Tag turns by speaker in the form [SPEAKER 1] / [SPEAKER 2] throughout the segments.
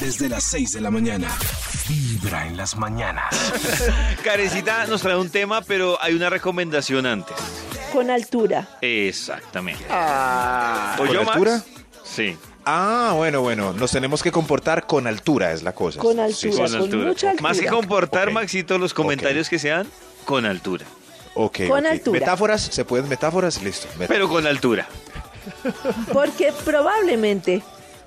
[SPEAKER 1] desde las 6 de la mañana. Vibra en las mañanas.
[SPEAKER 2] Carecita nos trae un tema, pero hay una recomendación antes.
[SPEAKER 3] Con altura.
[SPEAKER 2] Exactamente.
[SPEAKER 3] Ah.
[SPEAKER 4] ¿Con
[SPEAKER 2] ¿Oyó, Max?
[SPEAKER 4] altura?
[SPEAKER 2] Sí.
[SPEAKER 4] Ah, bueno, bueno. Nos tenemos que comportar con altura, es la cosa.
[SPEAKER 3] Con
[SPEAKER 4] Sí,
[SPEAKER 3] altura.
[SPEAKER 4] sí.
[SPEAKER 3] con mucha altura.
[SPEAKER 2] Más que comportar,
[SPEAKER 4] Ok.
[SPEAKER 2] Maxito, los comentarios que sean, con altura.
[SPEAKER 4] Ok,
[SPEAKER 3] Con
[SPEAKER 4] ok.
[SPEAKER 3] altura.
[SPEAKER 4] Metáforas, se pueden metáforas, listo. Met-
[SPEAKER 2] Pero con altura.
[SPEAKER 3] Porque probablemente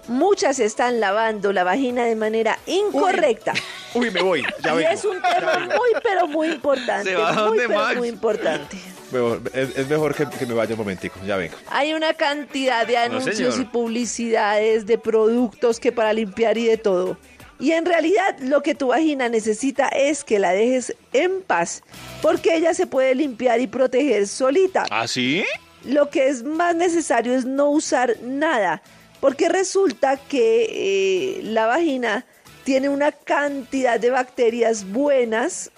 [SPEAKER 3] muchas están lavando la vagina de manera incorrecta.
[SPEAKER 5] Uy, me voy. Ya
[SPEAKER 3] y
[SPEAKER 5] vengo.
[SPEAKER 3] es un tema muy, pero muy importante.
[SPEAKER 2] ¿Se va a
[SPEAKER 3] muy,
[SPEAKER 2] dónde,
[SPEAKER 3] pero
[SPEAKER 2] Max?
[SPEAKER 3] muy importante.
[SPEAKER 4] Mejor- es, es mejor que, que me vaya un momentico, ya vengo.
[SPEAKER 3] Hay una cantidad de anuncios
[SPEAKER 2] señor.
[SPEAKER 3] y publicidades de productos que para limpiar y de todo. Y en realidad lo que tu vagina necesita es que la dejes en paz, porque ella se puede limpiar y proteger solita.
[SPEAKER 2] ¿Ah, sí?
[SPEAKER 3] Lo que es más necesario es no usar nada, porque resulta que eh, la vagina tiene una cantidad de bacterias buenas,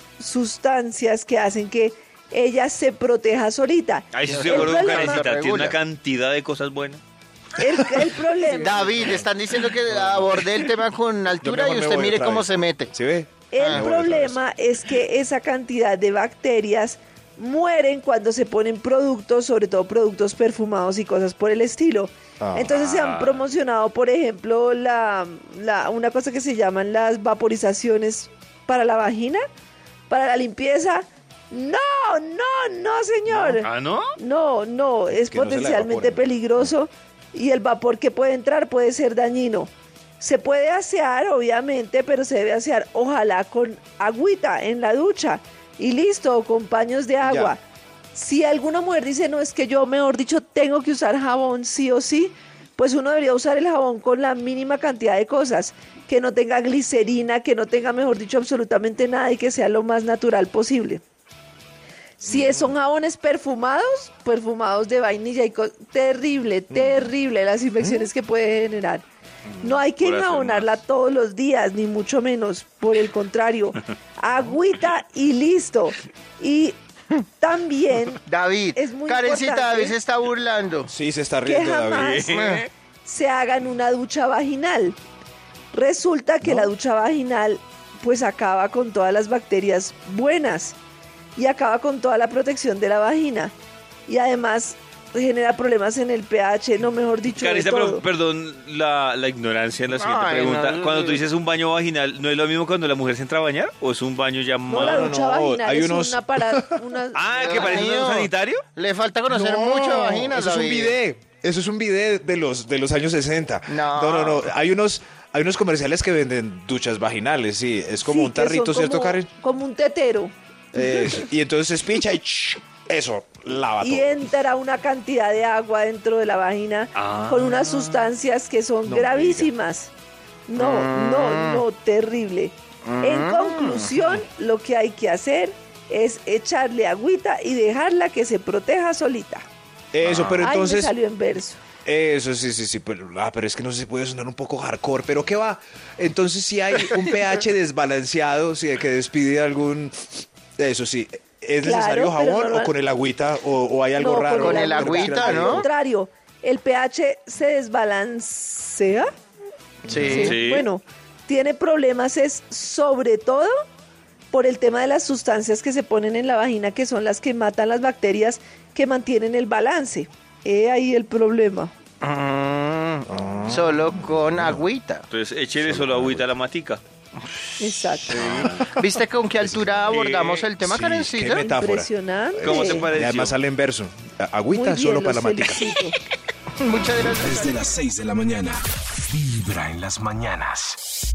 [SPEAKER 3] sustancias que hacen que ella se proteja solita.
[SPEAKER 2] Ahí sí estoy
[SPEAKER 3] El
[SPEAKER 2] de acuerdo con
[SPEAKER 3] problema-
[SPEAKER 2] Karencita. Tiene
[SPEAKER 5] Regula.
[SPEAKER 2] una cantidad de cosas buenas.
[SPEAKER 3] el, el problema.
[SPEAKER 5] David, están diciendo que abordé el tema con
[SPEAKER 4] Yo
[SPEAKER 5] altura
[SPEAKER 4] mejor
[SPEAKER 5] y
[SPEAKER 4] me
[SPEAKER 5] usted
[SPEAKER 4] voy
[SPEAKER 5] mire
[SPEAKER 4] otra
[SPEAKER 5] cómo
[SPEAKER 4] vez.
[SPEAKER 5] se mete.
[SPEAKER 4] ¿Sí ve?
[SPEAKER 3] El
[SPEAKER 4] Me voy otra
[SPEAKER 3] problema es que esa cantidad de bacterias mueren cuando se ponen productos, sobre todo productos perfumados y cosas por el estilo.
[SPEAKER 4] Ah.
[SPEAKER 3] Entonces se han promocionado, por ejemplo, la, la- una cosa que se llaman las vaporizaciones para la vagina, para la limpieza. No, no, no, señor.
[SPEAKER 2] ¿Ah, no?
[SPEAKER 3] No, no, es
[SPEAKER 4] Que no se la
[SPEAKER 3] potencialmente
[SPEAKER 4] evaporen.
[SPEAKER 3] peligroso y el vapor que puede entrar puede ser dañino. Se puede asear, obviamente, pero se debe asear ojalá con agüita en la ducha y listo, o con paños de agua. Si alguna mujer dice, no, es que yo, mejor dicho, tengo que usar jabón sí o sí, pues uno debería usar el jabón con la mínima cantidad de cosas, que no tenga glicerina, que no tenga, mejor dicho, absolutamente nada y que sea lo más natural posible. Si es- son jabones perfumados, perfumados de vainilla y co- terrible,
[SPEAKER 2] Mm.
[SPEAKER 3] terrible las infecciones que puede generar. No hay que
[SPEAKER 2] Por hacer
[SPEAKER 3] enjabonarla
[SPEAKER 2] más.
[SPEAKER 3] todos los días, ni mucho menos. Por el contrario, agüita y listo. Y también
[SPEAKER 5] David,
[SPEAKER 3] Es muy
[SPEAKER 5] Karencita,
[SPEAKER 3] importante.
[SPEAKER 5] David se está burlando.
[SPEAKER 4] Sí, se está
[SPEAKER 3] que
[SPEAKER 4] riendo, David.
[SPEAKER 3] jamás se hagan una ducha vaginal. Resulta que la ducha vaginal pues acaba con todas las bacterias buenas y acaba con toda la protección de la vagina y además genera problemas en el pH, no mejor dicho, de
[SPEAKER 2] Karencita,
[SPEAKER 3] todo.
[SPEAKER 2] pero, perdón la, la ignorancia en la siguiente
[SPEAKER 5] Ay,
[SPEAKER 2] pregunta.
[SPEAKER 5] no.
[SPEAKER 2] Cuando tú dices un baño vaginal, ¿no es lo mismo cuando la mujer se entra a bañar? ¿O es un baño ya
[SPEAKER 3] no,
[SPEAKER 2] más...?
[SPEAKER 3] la
[SPEAKER 4] no,
[SPEAKER 3] ducha
[SPEAKER 4] no,
[SPEAKER 3] vaginal
[SPEAKER 4] hay
[SPEAKER 3] es
[SPEAKER 4] unos-
[SPEAKER 3] una para una-
[SPEAKER 2] Ah, que
[SPEAKER 5] Dios
[SPEAKER 2] parece un
[SPEAKER 5] mío.
[SPEAKER 2] sanitario.
[SPEAKER 5] Le falta conocer mucho de vaginas,
[SPEAKER 4] Eso
[SPEAKER 5] David.
[SPEAKER 4] es un bidet. Eso es un bidet de los, de los años 60.
[SPEAKER 5] No.
[SPEAKER 4] no, no. no. Hay, unos, hay unos comerciales que venden duchas vaginales, sí. Es como
[SPEAKER 3] Sí,
[SPEAKER 4] un
[SPEAKER 3] que son
[SPEAKER 4] tarrito, ¿cierto,
[SPEAKER 3] como-
[SPEAKER 4] Karen?
[SPEAKER 3] Como un tetero.
[SPEAKER 4] Eso. y entonces se pincha y ch- eso, lava
[SPEAKER 3] y
[SPEAKER 4] todo.
[SPEAKER 3] entra una cantidad de agua dentro de la vagina
[SPEAKER 2] Ah.
[SPEAKER 3] con unas sustancias que son gravísimas. No,
[SPEAKER 4] Ah.
[SPEAKER 3] no, no, terrible. En conclusión, lo que hay que hacer es echarle agüita y dejarla que se proteja solita.
[SPEAKER 4] Eso, pero
[SPEAKER 3] Ay, me
[SPEAKER 4] entonces...
[SPEAKER 3] salió en verso.
[SPEAKER 4] Eso, sí, sí, sí. Pero, ah, pero es que no sé si puede sonar un poco hardcore, pero ¿qué va? Entonces, si hay un pH desbalanceado, si hay que despide algún. Eso sí. ¿Es
[SPEAKER 3] Claro,
[SPEAKER 4] necesario
[SPEAKER 3] pero
[SPEAKER 4] jabón
[SPEAKER 3] normal-
[SPEAKER 4] o con el agüita o, o hay algo
[SPEAKER 3] No,
[SPEAKER 4] raro?
[SPEAKER 5] con
[SPEAKER 4] ¿no?
[SPEAKER 5] el
[SPEAKER 4] Pero
[SPEAKER 5] agüita,
[SPEAKER 4] claro,
[SPEAKER 3] Al
[SPEAKER 5] ¿no?
[SPEAKER 3] contrario, el pH se desbalancea.
[SPEAKER 5] Sí.
[SPEAKER 3] Sí.
[SPEAKER 2] Sí.
[SPEAKER 3] Bueno, tiene problemas es sobre todo por el tema de las sustancias que se ponen en la vagina, que son las que matan las bacterias que mantienen el balance. He ahí el problema.
[SPEAKER 4] Ah.
[SPEAKER 5] Mm, Solo con agüita.
[SPEAKER 2] Entonces, échele solo agüita a la matica.
[SPEAKER 3] Exacto.
[SPEAKER 5] ¿Viste con qué altura abordamos el tema,
[SPEAKER 4] sí,
[SPEAKER 5] Karencita?
[SPEAKER 4] qué meta- Metáfora.
[SPEAKER 3] Impresionante.
[SPEAKER 2] ¿Cómo te
[SPEAKER 4] Y
[SPEAKER 2] pareció?
[SPEAKER 4] además sale en verso. A-
[SPEAKER 3] Muy
[SPEAKER 4] Agüita
[SPEAKER 3] bien,
[SPEAKER 4] solo
[SPEAKER 3] los
[SPEAKER 4] para la matica.
[SPEAKER 3] felicito.
[SPEAKER 5] Muchas gracias.
[SPEAKER 1] Desde las 6 de la mañana. Vibra en las mañanas.